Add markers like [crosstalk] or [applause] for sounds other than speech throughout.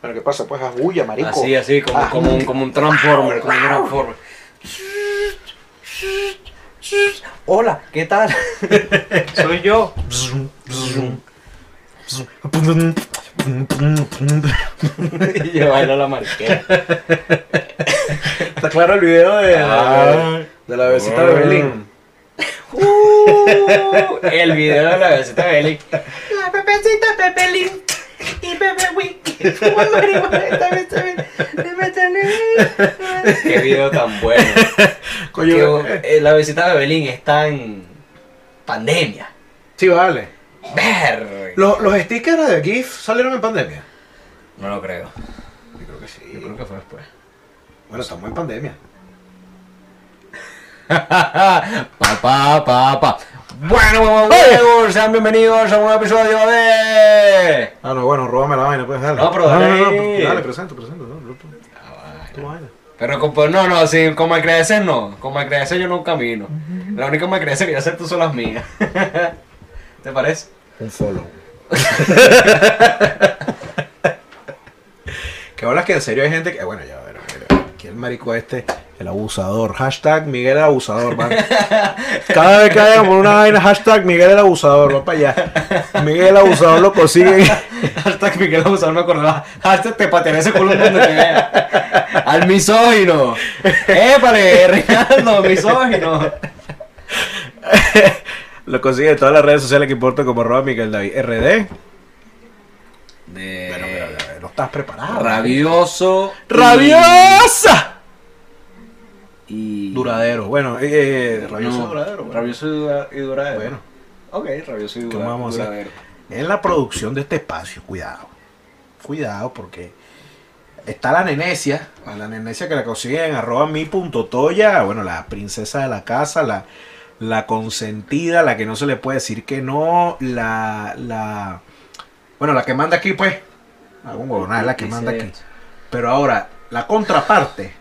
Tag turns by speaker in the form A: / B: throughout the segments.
A: Pero ¿qué pasa? Pues haz bulla, marico.
B: Así, así, como,
A: Haz
B: como, un, como un Transformer, como un Transformer. Hola, ¿qué tal? Soy yo. [laughs] y yo bailo la marquera.
A: Está claro el video de,
B: Ah.
A: de la besita de Berlín.
B: Uh, el video de la besita de Belly.
C: La pepecita Pepelín y Pepe Wiki. Fuma marihuana esta vez también. Pepe también.
B: Qué video tan bueno. Que,
A: Coño, eh,
B: eh, la besita de Belín está en pandemia.
A: sí, vale.
B: Ver.
A: Los, los stickers de GIF salieron en pandemia.
B: No lo creo.
A: Yo creo que sí.
B: Yo creo que fue [laughs] después.
A: Bueno, estamos en pandemia.
B: Papá, papá. Bueno, bueno, bueno, sean bienvenidos a un episodio de.
A: Ah, no, bueno, róbame la vaina, pues dale.
B: No, pero
A: no,
B: dale
A: no, pues,
B: ahí. Ah,
A: dale, presento, presento. No, no, tú- tu vaina.
B: Pero compa- no, no, sí, con Macreces no. Con Macreces yo no camino. La única Macreces que yo acepto son las mías. [laughs] ¿Te parece?
A: Un follow. [laughs] que hablas que en serio hay gente que. Bueno, ya, bueno, aquí el marico este, el abusador. Hashtag Miguel el abusador, man. Cada vez que hagan por una vaina, hashtag Miguel el abusador, va para allá. Miguel el abusador lo consiguen. [laughs]
B: [laughs] Hasta que Miguel Abusado me acordaba. Hasta te patearé ese culo cuando te vea. [laughs] Al misógino. Épale, Ricardo, misógino.
A: Lo consiguen en todas las redes sociales que importa como arroba Miguel David RD.
B: De...
A: Bueno, pero, pero, no estás preparado.
B: Rabioso. y-
A: ¡Rabiosa!
B: Y...
A: Duradero. Bueno, eh, eh, rabioso
B: No,
A: duradero. bueno.
B: Rabioso y dura- y duradero.
A: Bueno.
B: Ok, rabioso y
A: ¿Qué
B: dura-
A: vamos a hacer?
B: duradero.
A: En la producción de este espacio, cuidado. Cuidado porque está la nenecia, a la nenecia que la consiguen en arroba mi punto toya, bueno, la princesa de la casa, la, la consentida, la que no se le puede decir que no, la, la, bueno, la que manda aquí pues, algún huevonada Oh, es la que manda aquí. Pero ahora, la contraparte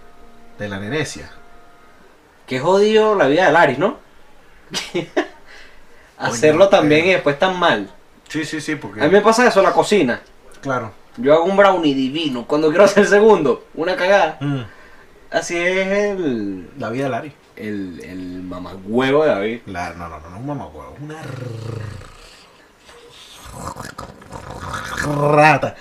A: de la nenecia.
B: Qué jodido la vida de Laris, ¿no? [laughs] Hacerlo
A: Coño,
B: también
A: eh.
B: y después tan mal.
A: Sí, sí, sí, porque...
B: A mí me pasa eso en la cocina.
A: Claro.
B: Yo hago un brownie divino. Cuando quiero hacer el segundo, una cagada.
A: Mm,
B: Así es el.
A: la vida de Lari.
B: El, el mamagüevo de David.
A: La, no, no, no, no es un mamagüevo, es una r- rata.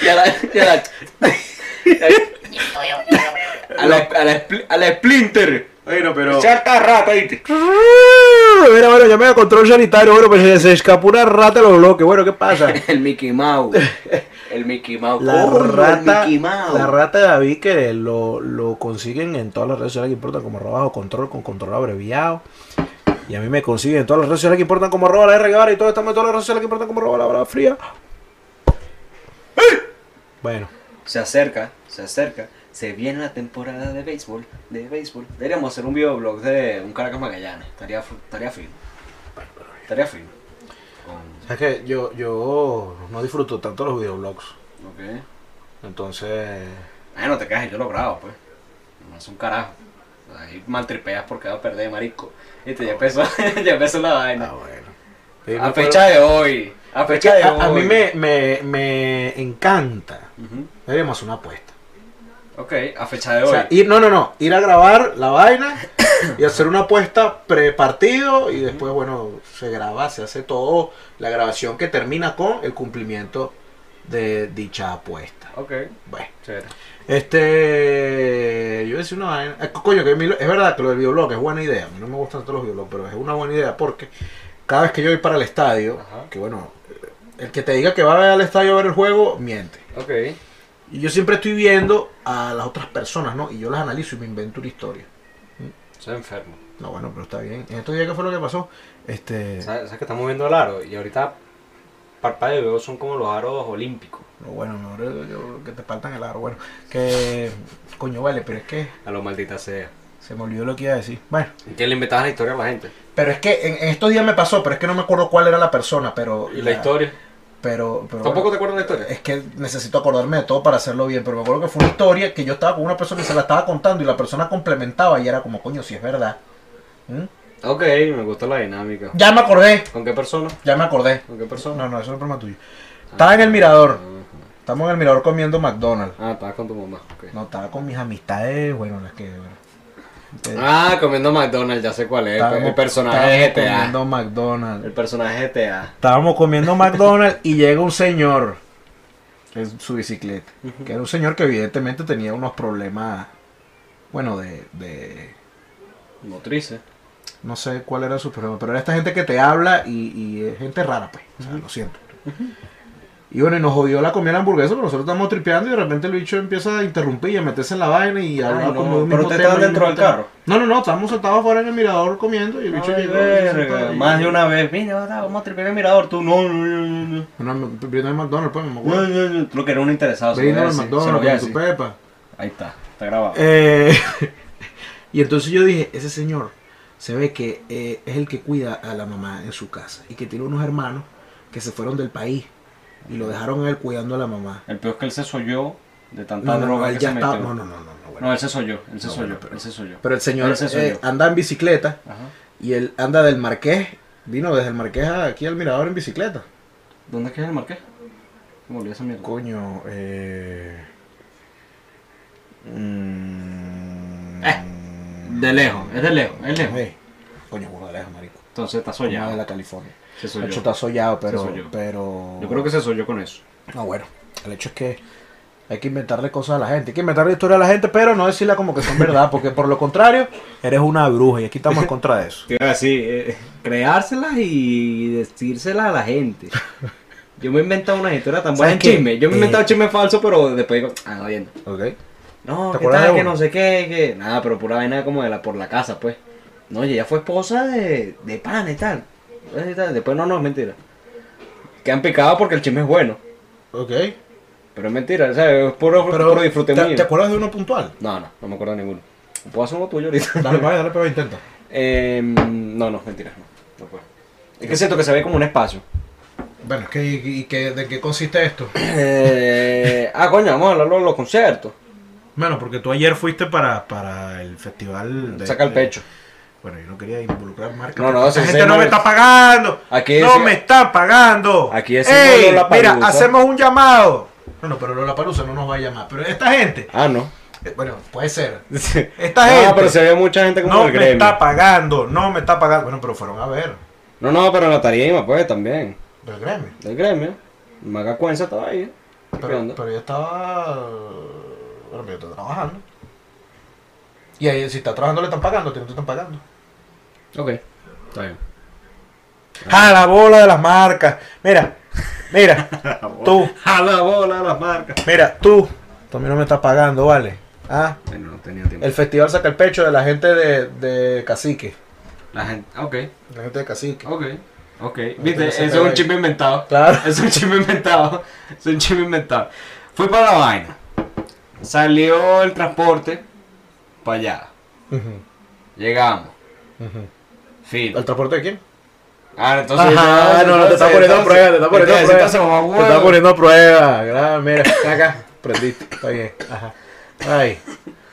B: Y a la. y a la. a la, a la, spli- a la Splinter.
A: Bueno, pero.
B: Cierta rata, ¿viste?
A: Mira, bueno, ya me da control sanitario. Bueno, pues se, se escapó una rata de los bloques. Bueno, ¿qué
B: [laughs]
A: pasa?
B: El Mickey Mouse. El Mickey Mouse.
A: La
B: Coño, el
A: rata.
B: Mickey Mouse.
A: La rata de David que lo, lo consiguen en todas las redes sociales que importan como arroba o control con control abreviado. Y a mí me consiguen en todas las redes sociales que importan como arroba la R Guevara y todo estamos en todas las redes sociales que importan como arroba la Brava fría. Bueno.
B: Se acerca, se acerca. Se viene la temporada de béisbol, de béisbol. Deberíamos hacer un videoblog de un Caracas Magallanes. Estaría, fu- estaría fino. Estaría fino. Con-
A: Es que yo, yo no disfruto tanto los videoblogs.
B: ok.
A: Entonces.
B: Ay, no te cajes, yo lo grabo, pues. No es un carajo. Ahí maltripeas porque vas a perder, marico. Viste, ya [laughs] empezó, ya empezó la vaina.
A: ah, bueno.
B: A fecha de hoy. A fecha de hoy.
A: a, a mí me, me, me encanta.
B: Ujú.
A: Deberíamos hacer una apuesta.
B: Ok, a fecha de
A: O
B: hoy.
A: sea, ir, no, no, no. Ir a grabar la vaina y hacer una apuesta pre-partido y después, bueno, se graba, se hace todo. La grabación que termina con el cumplimiento de dicha apuesta.
B: Ok,
A: Bueno,
B: chévere.
A: este. Yo decía una vaina. eh, co- Coño, que mi- es verdad que lo del videoblog es buena idea. A mí no me gustan tanto los videoblogs, pero es una buena idea porque cada vez que yo voy para el estadio,
B: Ajá.
A: que bueno, eh, el que te diga que va al estadio a ver el juego, miente.
B: Ok.
A: Y yo siempre estoy viendo a las otras personas, ¿no? Y yo las analizo y me invento una historia.
B: Soy enfermo.
A: No, bueno, pero está bien. En estos días, ¿qué fue lo que pasó? Este.
B: ¿Sabes, sabes que estamos viendo el aro? Y ahorita parpadeo y veo son como los aros olímpicos.
A: Lo bueno, mi amor, yo- yo- que te partan el aro. Bueno, que. Coño, vale, pero es que
B: A lo maldita sea.
A: se me olvidó lo que iba a decir. Bueno,
B: Que le inventabas la historia a la gente.
A: pero es que en, en estos días me pasó, pero es que no me acuerdo cuál era la persona, pero.
B: Y la historia.
A: Pero. pero
B: ¿Tampoco te
A: bueno,
B: acuerdas de la historia?
A: Es que necesito acordarme de todo para hacerlo bien, pero me acuerdo que fue una historia que yo estaba con una persona y se la estaba contando y la persona complementaba y era como, coño, si es verdad. ¿Mm?
B: Ok, me gustó la dinámica.
A: Ya me acordé,
B: ¿Con qué persona?
A: ya me acordé.
B: ¿Con qué persona?
A: No, no, eso no es problema tuyo. Estaba en el mirador. Estamos en el mirador comiendo McDonald's.
B: Ah, estabas con tu mamá. ok.
A: No, estaba con mis amistades, bueno, las que. bueno, entonces,
B: Ah, comiendo McDonald's, ya sé cuál es.
A: eh. estábamos-
B: el personaje de
A: estábamos
B: GTA.
A: comiendo McDonald's.
B: El personaje de GTA.
A: Estábamos
B: [laughs]
A: comiendo McDonald's y llega un señor en su bicicleta. Que era un señor que evidentemente tenía unos problemas, bueno, de, de-
B: Motrices.
A: no sé cuál era su problema, pero era esta gente que te habla y, y es gente rara, pues. O sea, lo siento. Y bueno, y nos jodió la comida de hamburguesa, pero nosotros estamos tripeando y de repente el bicho empieza a interrumpir y a meterse en la vaina y
B: Ay,
A: habla
B: no,
A: como de un
B: pero
A: mismo
B: ustedes
A: tema y
B: estaban
A: un mismo
B: dentro del
A: tema.
B: carro.
A: No, no, no, estábamos sentados afuera en el mirador comiendo y el bicho
B: Ay,
A: llegó. y se sentó
B: verga,
A: ahí.
B: Más de una vez, mira, va, vamos a tripear en el mirador. Tú no, no, no, no.
A: Una viendo de McDonald's, pues, me
B: No,
A: acuerdo.
B: no, no. Tú lo que eres un interesado. se lo
A: Brindo
B: voy a
A: al
B: decir, se lo voy a
A: McDonald's con tu
B: decir.
A: pepa.
B: Ahí está, está grabado.
A: Eh, [laughs] y entonces yo dije, ese señor se ve que eh, es el que cuida a la mamá en su casa y que tiene unos hermanos que se fueron del país y lo dejaron a él cuidando a la mamá.
B: El peor es que él se soyó de tanta
A: No, no, no,
B: droga
A: él
B: que
A: ya
B: se
A: estaba-
B: metió.
A: no, no, no, no, no, bueno.
B: No, él se soyó, él se
A: No,
B: soyó,
A: bueno, pero-
B: él se soyó.
A: Pero el señor
B: ese soy
A: eh,
B: yo.
A: anda en bicicleta
B: Ajá.
A: y él anda del Marqués, vino desde el Marqués a- aquí al Mirador en bicicleta.
B: ¿Dónde es que es el marqués? Me olvidé esa mierda.
A: Coño, eh... mm,
B: Eh, de lejos, es de lejos, es lejos.
A: eh, Coño, burda de lejos, marico.
B: Entonces está
A: Una
B: soñado.
A: de la California.
B: Se
A: El
B: soyó.
A: hecho está sollado, pero,
B: Sí, soy yo.
A: pero.
B: Yo creo que se soyó con eso.
A: No, bueno. El hecho es que hay que inventarle cosas a la gente. Hay que inventarle historias a la gente, pero no decirla como que son verdad, porque por lo contrario, eres una bruja y aquí estamos en contra de eso.
B: Te iba a decir, eh, creárselas y decírselas a la gente. Yo me he inventado una historia tan buena en
A: ¿Sabes qué?
B: chisme. Yo me he
A: Eh,
B: inventado chisme falso, pero después digo, ah, no, bien.
A: [laughs] ¿Ok?
B: No,
A: ¿Te
B: que
A: acuerdas
B: tal,
A: de
B: que
A: uno?
B: no sé qué, que. Nada, pero pura vaina como de la por la casa, pues. No, y ella fue esposa de, de pan y tal. Eh, tal. Después no, no, es mentira. Que han picado porque el chisme es bueno.
A: Ok.
B: Pero es mentira, o sea, es puro,
A: Pero,
B: puro disfrute
A: ¿te,
B: mío.
A: te acuerdas de uno puntual?
B: No, no, no me acuerdo de ninguno. ¿Puedo hacer uno tuyo ahorita?
A: Dale, [laughs] vaya, dale, pero intenta.
B: Em, no, no, mentira, no. No puedo. Es que siento que se ve como un espacio.
A: Bueno, es que, y- y que- ¿de qué consiste esto?
B: Eh, ah, coño, vamos a hablarlo de los conciertos.
A: Bueno, porque tú ayer fuiste para, para el festival. de-
B: Saca
A: de-
B: el pecho.
A: Bueno, yo no quería involucrar marcas.
B: No, no,
A: porque esta
B: sí,
A: gente
B: sí,
A: no
B: no,
A: me
B: es-
A: está pagando.
B: Aquí
A: no
B: decía-
A: me está pagando.
B: Aquí decimos
A: Ey,
B: Lollapalooza.
A: mira, hacemos un llamado. No, no, pero Lola Palusa no nos va a llamar. Pero esta gente,
B: Ah, no.
A: eh, bueno, puede ser. Esta
B: Esta
A: gente-
B: No, pero se ve mucha gente como
A: No
B: el
A: me
B: gremio.
A: está pagando, no me está pagando. Bueno, pero fueron a ver
B: No, no, pero en la tarima, pues, también.
A: del gremio.
B: Del gremio. Maga Cuenza estaba ahí, ¿eh? ¿Qué
A: Pero,
B: onda?
A: pero yo estaba. Bueno, pero yo estoy trabajando. Y ahí, si está trabajando, le están pagando, a ti no te están pagando.
B: Ok, está bien.
A: Ah, la bola de las marcas. Mira,
B: [laughs]
A: mira, tú,
B: [laughs] A la bola, a las marcas.
A: mira, tú. Tú a mí no me estás pagando, ¿vale? Ah,
B: Bueno, no tenía tiempo.
A: El festival saca el pecho de la gente de, de Cacique.
B: La gente. ah, Ok,
A: La gente de Cacique.
B: ok, ok.
A: Entonces,
B: Viste, eso es
A: pero
B: un
A: ahí-
B: chisme inventado.
A: Claro.
B: [laughs] Es un chisme inventado. Es un chisme inventado. Fui para la vaina. Salió el transporte para allá. Llegamos. Fin.
A: ¿El transporte de quién?
B: Ah, entonces.
A: Ajá, no, no, te está poniendo a prueba, te está poniendo a prueba.
B: Entonces, mamá,
A: Te está poniendo a prueba. Gra- Mira, acá. Prendiste. Está bien. Ajá. Ay.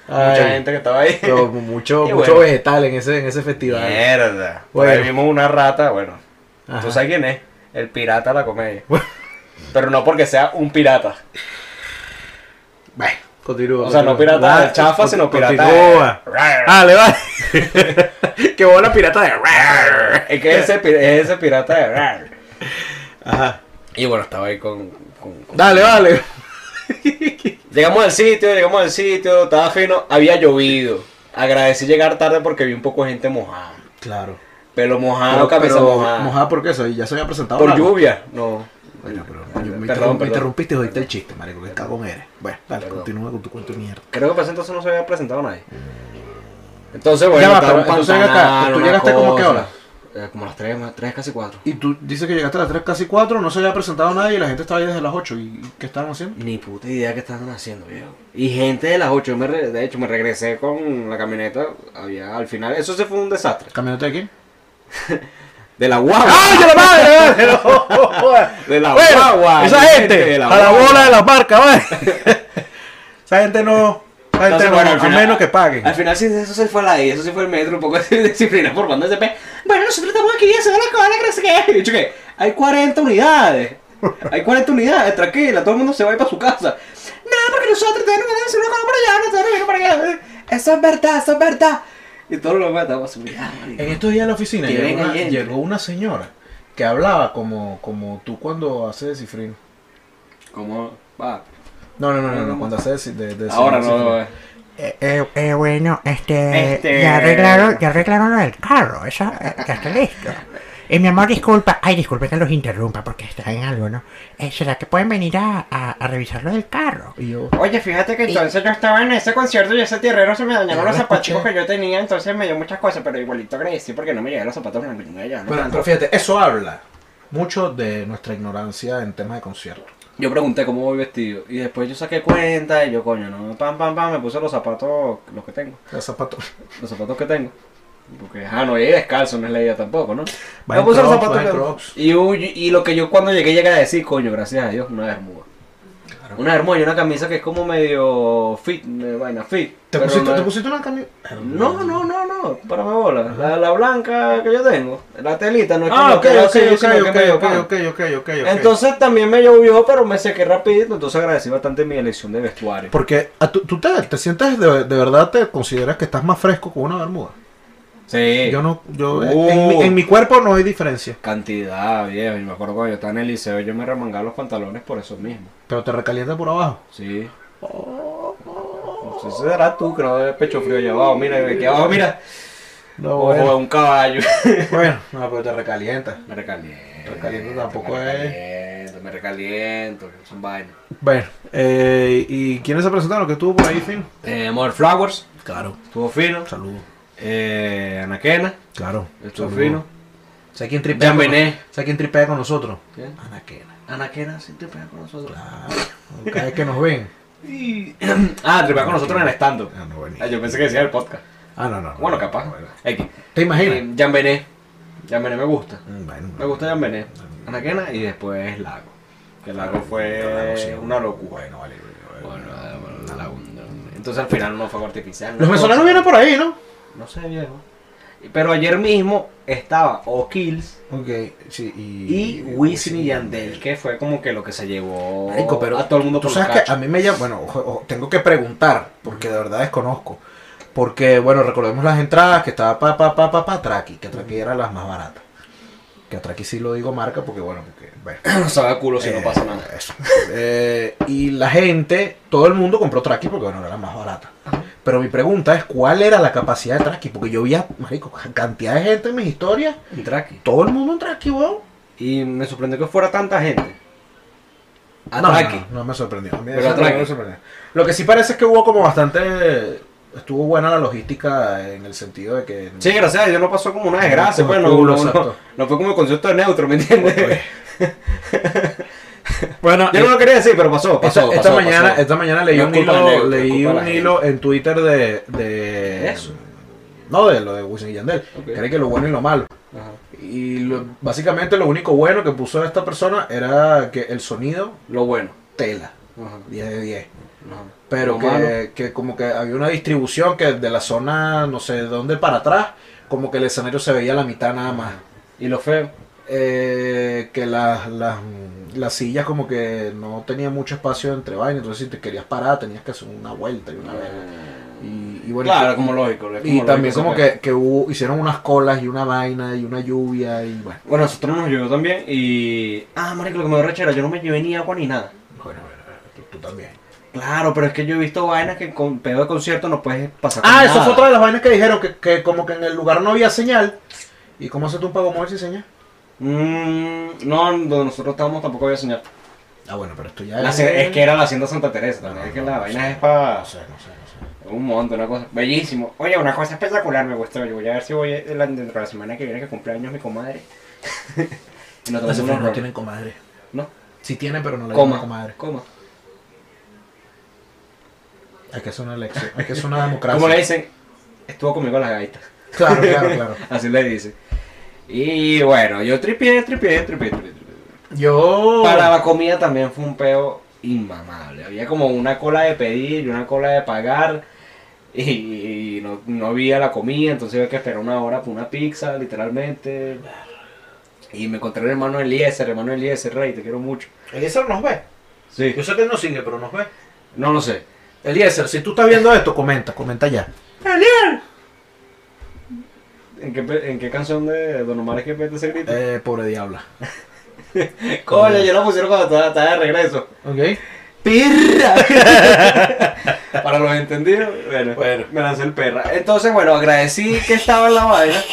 A: Ay.
B: Mucha gente que estaba ahí.
A: Pero
B: [laughs]
A: mucho,
B: Y
A: mucho
B: bueno.
A: vegetal en ese, en ese festival.
B: Mierda.
A: eh. Bueno.
B: Ahí vimos una rata, bueno.
A: Ajá.
B: ¿Tú sabes quién es? El pirata de la comedia. Pero no porque sea un pirata.
A: Bueno, continúa.
B: O sea, no
A: continúa.
B: pirata
A: Ah,
B: de chafa, sino
A: continúa.
B: pirata de...
A: Dale, Ah, vale. [laughs] Qué bola pirata de.
B: Es que ese, pi- es ese pirata de...
A: Ajá.
B: Y bueno, estaba ahí con... con- con-
A: Dale, vale.
B: Llegamos al sitio, llegamos al sitio, estaba fino, había llovido. Agradecí llegar tarde porque vi un poco de gente mojada.
A: Claro.
B: Pelo mojado,
A: pero,
B: cabeza Ah, mojada.
A: mojada por qué eso, ya se había presentado.
B: Por
A: algo.
B: lluvia, no.
A: Bueno, pero yo-
B: Perdón,
A: me,
B: perdón.
A: interrum- me interrumpiste y jodiste el chiste, marico, que cagón eres. Bueno, dale,
B: Perdón.
A: continúa con tu cuento de mierda.
B: Creo que para ese entonces no se había presentado nadie. Entonces, bueno,
A: Ya va,
B: estaba
A: pero
B: un
A: entonces ven acá,
B: pantanal,
A: ¿tú
B: una
A: llegaste como qué
B: cosa.
A: hora?
B: Eh, como a las 3, 3, casi 4.
A: Y tú dices que llegaste a las 3, casi 4, no se había presentado nadie y la gente estaba ahí desde las 8. ¿Y qué estaban haciendo?
B: Ni puta idea qué estaban haciendo, viejo. Y gente de las 8, yo me re- de hecho me regresé con la camioneta, había al final, eso se fue un desastre.
A: ¿Camioneta de quién?
B: De la guagua.
A: ¡Ay, la [laughs] madre! eh! [laughs]
B: De la
A: Bueno,
B: guagua.
A: esa
B: de
A: gente,
B: de la
A: a la
B: guagua.
A: bola de las marcas, ¿vale? [laughs] esa gente no, Ahí
B: Entonces,
A: está,
B: bueno,
A: a
B: al final-
A: menos que paguen.
B: Al final sí, eso se fue la I, eso sí fue el metro, un poco de [laughs] disciplina por banda de pe. Bueno, nosotros estamos aquí, eso es la cosa que no sé qué. Y yo, ¿qué? Hay 40 unidades. Hay 40 unidades, tranquila, todo el mundo se va a ir para su casa. No, porque nosotros tenemos que hacer una cosa para allá, nosotros tenemos para allá. Eso es verdad, eso es verdad. Y todos los demás estamos así, "Ah, marico".
A: En estos días en la oficina
B: Que
A: llegó
B: venga
A: una,
B: y entre.
A: llegó una señora que hablaba como, como tú cuando haces cifrino.
B: ¿Cómo va?
A: No, no, no,
B: No,
A: no,
B: no,
A: no,
B: no.
A: cuando haces de, de- de-
B: Ahora
A: de-
B: no.
A: de-
B: eh.
D: Eh, eh, eh, bueno, este,
B: Este-
D: Ya, arreglaron, ya arreglaron lo del carro, eso eh, ya está listo. Eh, mi amor, disculpa, ay, disculpe que los interrumpa porque está en algo, ¿no? Eh, ¿Será que pueden venir a, a, a revisar lo del carro?
A: Y yo,
E: Oye, fíjate que entonces yo estaba en ese concierto y ese tierrero se me dañaron los zapaticos que yo tenía, entonces me dio muchas cosas, pero igualito agradecí porque no me llegué los zapatos blancos, no me llegaron los
A: pero, pero
E: blancos.
A: fíjate, eso habla mucho de nuestra ignorancia en temas de conciertos.
B: Yo pregunté cómo voy vestido. Y después yo saqué cuenta y yo, coño, no, pam, pam, pam, me puse los zapatos, los que tengo.
A: El zapato.
B: los zapatos que tengo. Porque, ah, no, llegué descalzo, no es la idea tampoco, ¿no?
A: Va
B: Me
A: en
B: puse los
A: Crocs, va en
B: zapatos
A: Crocs.
B: que... y, huy- y lo que yo cuando llegué llegué a decir, coño, gracias a Dios, una bermuda. Una bermuda y una camisa que es como medio fit, me- vaina fit.
A: ¿Te
B: pero
A: pusiste,
B: no-
A: ¿Te pusiste una camisa?
B: No, no, no, no, para mi bola. La, la blanca que yo tengo, la telita, no es
A: Ah,
B: como
A: ok,
B: que la
A: ok,
B: sello,
A: ok,
B: sino que
A: ok,
B: medio
A: ok,
B: pan.
A: ok, ok, ok, ok.
B: Entonces también me llovió, pero me sequé rapidito, entonces agradecí bastante mi elección de vestuario.
A: Porque a tú, tú te, te sientes, de, de verdad, te consideras que estás más fresco con una bermuda.
B: Sí.
A: Yo no, yo, eh,
B: Uh.
A: en, mi, en mi cuerpo no hay diferencia.
B: Cantidad, viejo. Y me acuerdo cuando yo estaba en el liceo, yo me remangaba los pantalones por eso mismo.
A: Pero te recalienta por abajo.
B: Sí. Pues ese será tú, que no debes pecho frío allá abajo. Mira, ve que abajo, mira.
A: No,
B: Ojo de
A: [laughs]
B: un caballo.
A: Bueno, no, pero te recalienta.
B: Me recaliento.
A: Recaliento tampoco
B: me recaliento, Me recaliento, que son vainas.
A: Bueno, eh, ¿y quiénes se presentaron? ¿Qué estuvo por ahí, Finn?
B: Eh, More Flowers,
A: Claro,
B: estuvo fino.
A: saludos.
B: Eh, Anaquena,
A: Claro,
B: estuvo
A: saludos.
B: fino.
A: ¿Sabes quién tripea? Con,
B: Jambené.
A: ¿Sabes quién tripea con nosotros?
B: ¿Quién?
A: Anaquena.
B: Anaquena sí te pega con nosotros.
A: Cada vez que nos ven.
B: Y- ah, te pega con nosotros en el stand
A: Ah, no,
B: Ah,
A: buenísimo.
B: yo pensé que decía el podcast.
A: Ah, no, no. no,
B: Bueno,
A: no,
B: capaz.
A: no, bueno.
B: X.
A: ¿Te imaginas?
B: Eh, Jean Benet. Jean Benet me gusta.
A: Mm, bueno,
B: Me gusta Jean Benet. Anaquena y después Lago. Que Lago
A: Lago, sí,
B: fue una locura.
A: Ah, Bueno, ah, vale, vale, vale.
B: Bueno, eh, bueno, Lago, no. Entonces al final no fue artificial.
A: Los venezolanos vienen por ahí, ¿no?
B: No sé, viejo. Pero ayer mismo estaba O'Kills
A: Ok, sí. Y,
B: y Wisin y Yandel, que fue como que lo que se llevó
A: Marico, pero
B: a todo el mundo
A: Tú
B: por
A: sabes
B: los
A: que a
B: cachos.
A: mí me llama, bueno, ojo, ojo, tengo que preguntar, porque de verdad desconozco. Porque, bueno, recordemos las entradas que estaba pa, pa, pa, pa, pa, Traki, que Traki era las más baratas. Que a Traki sí lo digo marca, porque bueno, porque, bueno.
B: No [clears throat] sabe a culo si
A: Eh,
B: no pasa nada.
A: eso. Eh, y la gente, todo el mundo compró Traki porque bueno, era la más barata. Pero mi pregunta es, ¿cuál era la capacidad de Traki? Porque yo vi a, marico, cantidad de gente en mis historias,
B: Un traqui.
A: todo el mundo en Traki, weón.
B: Y me sorprendió que fuera tanta gente. A
A: Ah, no,
B: traqui.
A: No, no, no me sorprendió. A mí
B: Pero
A: eso
B: atraque.
A: no me sorprendió. Lo que sí parece es que hubo como bastante. Estuvo buena la logística en el sentido de que.
B: Sí, gracias a Dios no pasó como una desgracia,
A: Como
B: pues
A: el
B: no,
A: culo,
B: no- no-
A: exacto.
B: no fue como el concierto de neutro, ¿me entiendes?
A: Oye. Bueno,
B: [laughs] Yo no lo quería decir, pero pasó,
A: esta,
B: eh, pasó.
A: esta
B: pasó,
A: mañana,
B: pasó.
A: esta mañana leí
B: No es
A: un,
B: culpa
A: hilo,
B: de Leo, es
A: leí
B: culpa de la
A: un
B: gente.
A: hilo en Twitter de. de
B: Eso.
A: No, de lo de Wisin y Yandel.
B: Ok.
A: Cree que lo bueno y lo malo.
B: Ajá.
A: Y lo- básicamente lo único bueno que puso esta persona era que el sonido,
B: Lo bueno.
A: tela.
B: Ajá,
A: 10 de 10.
B: ajá.
A: Pero
B: Lo malo.
A: que, que como que había una distribución que de la zona, no sé de dónde para atrás, como que el escenario se veía la mitad nada más.
B: Y lo feo.
A: Eh, que las, las, las sillas como que no tenía mucho espacio entre vainas, entonces si te querías parar tenías que hacer una vuelta y una verga. Y, y bueno,
B: claro, como lógico. es como
A: y
B: lógico,
A: también como
B: pero-
A: que, que hubo- hicieron unas colas y una vaina y una lluvia y bueno.
B: Bueno, a nosotros nos ayudó también y... Ah, marico, lo que me dio rechera, yo no me llevé ni agua ni nada.
A: Bueno, bueno, tú, tú también.
B: Claro, pero es que yo he visto vainas que con pedo de concierto no puedes pasar con
A: Ah, eso
B: nada.
A: fue otra de las vainas que dijeron, que, que como que en el lugar no había señal. ¿Y cómo haces tú un pago móvil sin señal?
B: Mm, no, donde nosotros estábamos tampoco había señal.
A: Ah, bueno, pero esto ya
B: La haci- es que era la hacienda Santa Teresa también, es que la vaina es para...
A: No sé, no sé, no sé.
B: Un monte, una cosa. Bellísimo. Oye, una cosa espectacular me gustó. Yo voy a ver si voy eh, la- dentro de la semana que viene que cumpleaños mi comadre. [laughs] y nos tomamos
A: Las
B: unos
A: no
B: ron.
A: tienen comadre.
B: No.
A: Sí tienen, pero no le llaman
B: Coma.
A: comadre.
B: Coma.
A: Es que es una elección, es que es una democracia.
B: Como le dicen, estuvo conmigo a las gaitas.
A: Claro, claro, claro.
B: Así le dicen. Y bueno, yo tripié, tripié, tripié, tripié. tripié.
A: [laughs] Yo...
B: Para la comida también fue un peo inmamable. Había como una cola de pedir y una cola de pagar. Y, y no, no había la comida, entonces había que esperar una hora por una pizza, literalmente. Y me encontré el hermano Eliezer, hermano Eliezer, rey, te quiero mucho.
A: Eliezer nos ve.
B: Sí.
A: Yo sé que él nos sigue, pero nos ve.
B: No lo sé.
A: Eliezer, si tú estás viendo esto, comenta, comenta ya.
B: ¿En qué, pe- en qué canción de Don Omar es que mete ese grito?
A: Eh, pobre diabla.
B: Coño, yo lo pusieron cuando estaba, estaba de regreso.
A: Ok. [laughs]
B: ¡Perra! Para los entendidos, bueno,
A: Bueno.
B: me lancé el perra. Entonces, bueno, agradecí que estaba en la vaina.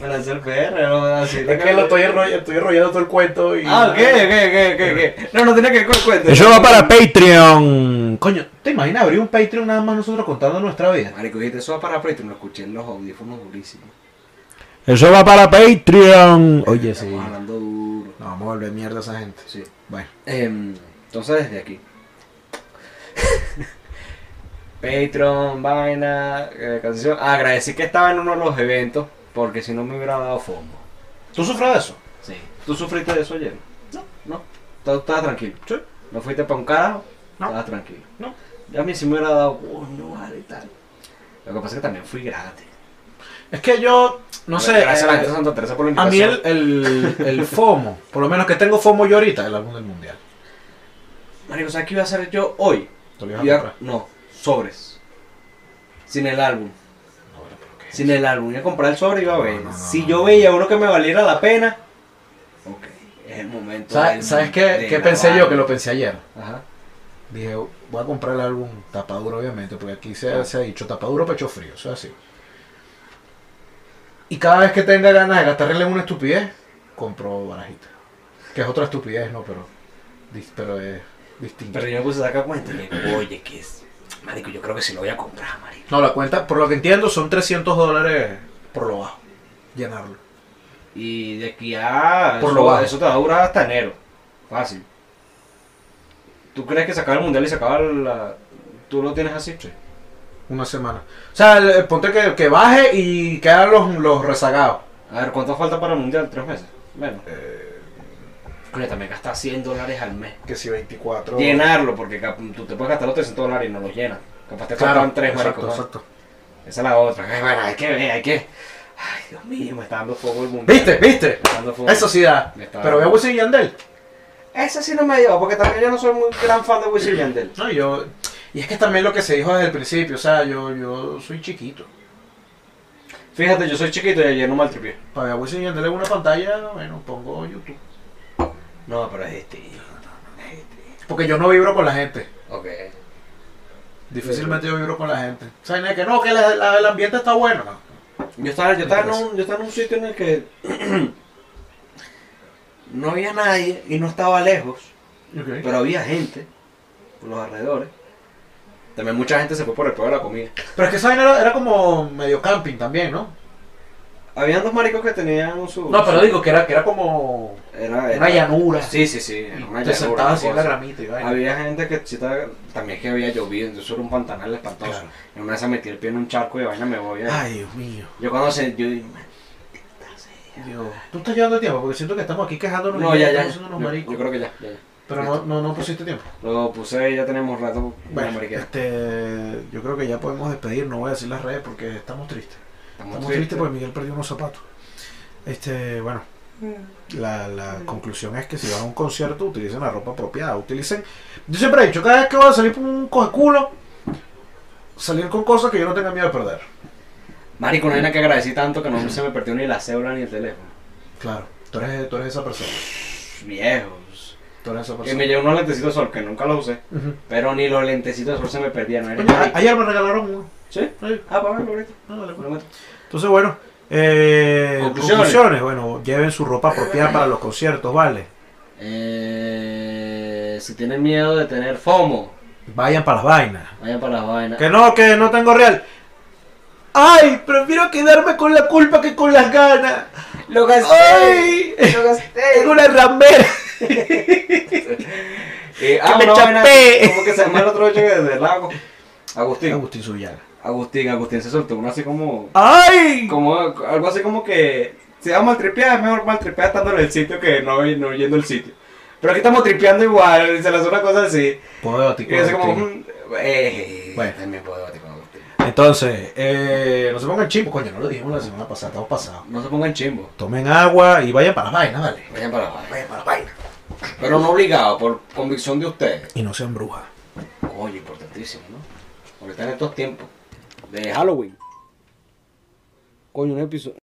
B: Me lancé el perra, no, así.
A: Es que lo estoy, enroll- estoy enrollando todo el cuento y.
B: Ah, ok, ok, ok, ok, ok. No, no tiene que ver con el cuento.
A: Patreon. Coño, ¿te imaginas abrir un Patreon nada más nosotros contando nuestra vida?
B: Marico, dijiste, eso va para Patreon, lo escuché en los audífonos durísimos.
A: Eso va para Patreon. Oye, sí.
B: Estamos
A: No,
B: hablando duro.
A: vamos a volver mierda a esa gente.
B: Sí.
A: Bueno.
B: Em, entonces desde aquí. [laughs] Patreon, vaina, eh, canción. Ah, agradecí que estaba en uno de los eventos, porque si no me hubiera dado fondo.
A: ¿Tú sufras de eso?
B: Sí. ¿Tú sufriste de eso ayer? No. ¿No? ¿Tú estabas tranquilo? Sí. ¿No fuiste para un carajo?
A: No.
B: Estabas tranquilo.
A: No.
B: Ya a mí sí me hubiera dado, oh, no vale y tal. Lo que pasa es que también fui gratis.
A: Es que yo, no sé.
B: Gracias a la
A: eh,
B: gente de Santa Teresa por la
A: a mí
B: invitación.
A: el, el, el FOMO, por lo menos que tengo FOMO yo ahorita, el álbum del mundial.
B: Marico, ¿sabes qué iba a hacer yo hoy?
A: Te lo ibas a
B: Iba-
A: comprar.
B: no, sobres. Sin el álbum.
A: No, pero ¿por qué?
B: Sin el álbum, iba a comprar el sobre y iba a ver.
A: No, no, no,
B: si
A: no,
B: yo
A: no.
B: veía uno que me valiera la pena, ok, es el momento.
A: ¿Sabes,
B: del-
A: sabes
B: de
A: qué, qué
B: la
A: pensé yo?
B: banda.
A: Que lo pensé ayer.
B: Ajá.
A: Dije, voy a comprar el álbum tapadura, obviamente, porque aquí se, se ha dicho tapadura, pecho frío, eso es así. Y cada vez que tenga ganas de gastarle en una estupidez, compro barajita. Que es otra estupidez, ¿no? Pero, dis- pero es distinto.
B: Pero yo me puse a sacar cuenta y le digo, oye, que es. Marico, yo creo que sí lo voy a comprar, marico.
A: No, la cuenta, por lo que entiendo, son 300 dólares por lo bajo. Llenarlo.
B: Y de aquí a.
A: Por
B: eso,
A: lo bajo.
B: eso te va a durar hasta enero. Fácil. ¿Tú crees que se acaba el mundial y se acaba la. ¿Tú lo tienes así? Sí.
A: Una semana. O sea, el- el- ponte que, que baje y quedan los, los rezagados.
B: A ver, ¿cuánto falta para el mundial? ¿Tres meses? Menos. Eh. Coño, también gastas 100 dólares al mes.
A: Que si 24.
B: llenarlo, porque cap- tú te puedes gastar los 300 dólares y no los llenas. Capaz te faltan tres,
A: exacto,
B: marico. ¿no?
A: exacto.
B: Esa es la otra. Ay, bueno, hay que ver, hay que. Ay, Dios mío, me está dando fuego el mundo.
A: ¿Viste? ¿Viste?
B: Me está dando fuego.
A: Eso sí da.
B: Me está
A: Pero ve a
B: dando-
A: Wisin y Yandel.
B: Esa sí no me dio, porque también yo no soy muy gran fan de Wisin y Yandel.
A: No, yo. Y es que también lo que se dijo desde el principio, o sea, yo, yo soy chiquito.
B: Fíjate, yo soy chiquito y ayer no maltripié.
A: Para ver a Wisin y Yandel en una pantalla, bueno, pongo YouTube.
B: No, pero es este.
A: Porque yo no vibro con la gente.
B: Ok.
A: Difícilmente yo vibro con la gente. O sea, no es que no, que la- la- el ambiente está bueno. No.
B: Yo estaba, yo, estaba en
A: Entonces.
B: un, yo estaba en un sitio en el que [clears throat] no había nadie y no estaba lejos.
A: Pero,
B: Pero había gente por los alrededores. También mucha gente se fue por el peor de la comida.
A: pero es que esa vaina era, era como medio camping también, ¿no?
B: Habían dos maricos que tenían su.
A: No, pero digo que era, que era como
B: Era,
A: una
B: era-
A: llanura.
B: Sí, sí, sí.
A: Y
B: Era una
A: te
B: llanura, una
A: sentabas así en la
B: cosa.
A: gramita y vaina.
B: Había gente que sí estaba- también es que había llovido, entonces era un pantanal espantoso.
A: Claro.
B: En una vez metí el pie en un charco y de vaina me voy. A...
A: Ay, Dios mío.
B: Yo cuando se. Yo, dije,
A: Dios. Tú estás llevando tiempo porque siento que estamos aquí quejándonos
B: no,
A: y
B: ya, ya.
A: estamos
B: Yo,
A: haciendo unos maricos.
B: yo creo que ya, ya, ya.
A: Pero no, no, no pusiste tiempo.
B: Lo puse y ya tenemos rato. Bueno,
A: Bueno, este, yo creo que ya podemos despedir. No voy a decir las redes porque estamos tristes.
B: Estamos,
A: Estamos
B: tristes.
A: tristes porque Miguel perdió unos zapatos. Este, bueno, la, la conclusión es que si van a un concierto, utilicen la ropa apropiada. Utilicen. Yo siempre he dicho, cada vez que voy a salir con un cojeculo, salir con cosas que yo no tenga miedo de perder.
B: Marico, no hay nada que agradecí tanto que no se me perdió ni la cédula ni el teléfono.
A: Claro, tú eres, tú eres esa persona.
B: Viejos.
A: Tú eres esa
B: Que
A: persona.
B: me llevé unos lentecitos de sol que nunca los usé.
A: Ujú.
B: Pero ni los lentecitos de sol se me perdían. No era
A: Coño, a-
B: marico.
A: ayer me regalaron uno.
B: ¿Sí?
A: Ay,
B: Ah, para verlo ahorita.
A: no, vale, pues.
B: Lo meto.
A: Entonces, bueno, eh,
B: Conclusiones.
A: conclusiones. Bueno, lleven su ropa apropiada para los conciertos, ¿vale?
B: Eh, si tienen miedo de tener FOMO,
A: Vayan para las vainas.
B: vayan para las vainas.
A: Que no, que no tengo real. Ay, prefiero quedarme con la culpa que con las ganas.
C: Lo gasté.
A: Ay,
C: Lo gasté.
A: en una ramera.
B: Eh,
A: que me
B: una vaina-
A: chapé.
B: ¿Cómo que se llama el otro bicho que desde el lago? Agustín.
A: Agustín Subillaga.
B: Agustín, Agustín se soltó uno así como,
A: Ay,
B: como. Algo así como que. Si va a maltripear, es mejor maltripear estando en el sitio que no, no yendo al sitio. Pero aquí estamos tripeando igual, y se lanzó una cosa así.
A: Puedo debatir
B: Y
A: con
B: es como.
A: Agustín.
B: mm, Eh,
A: Bueno.
B: También puedo debatir con Agustín.
A: Entonces, eh, no se pongan chimpos, coño, no lo dijimos la semana pasada, estamos pasados.
B: No se pongan chimbo.
A: Tomen agua y vayan para las vainas, ¿vale?
B: Vayan para abajo.
A: Vayan para las vainas.
B: Pero no obligado, por convicción de ustedes.
A: Y no sean brujas.
B: Coño, importantísimo, ¿no? Porque están en estos tiempos de Halloween. Coño, un episodio.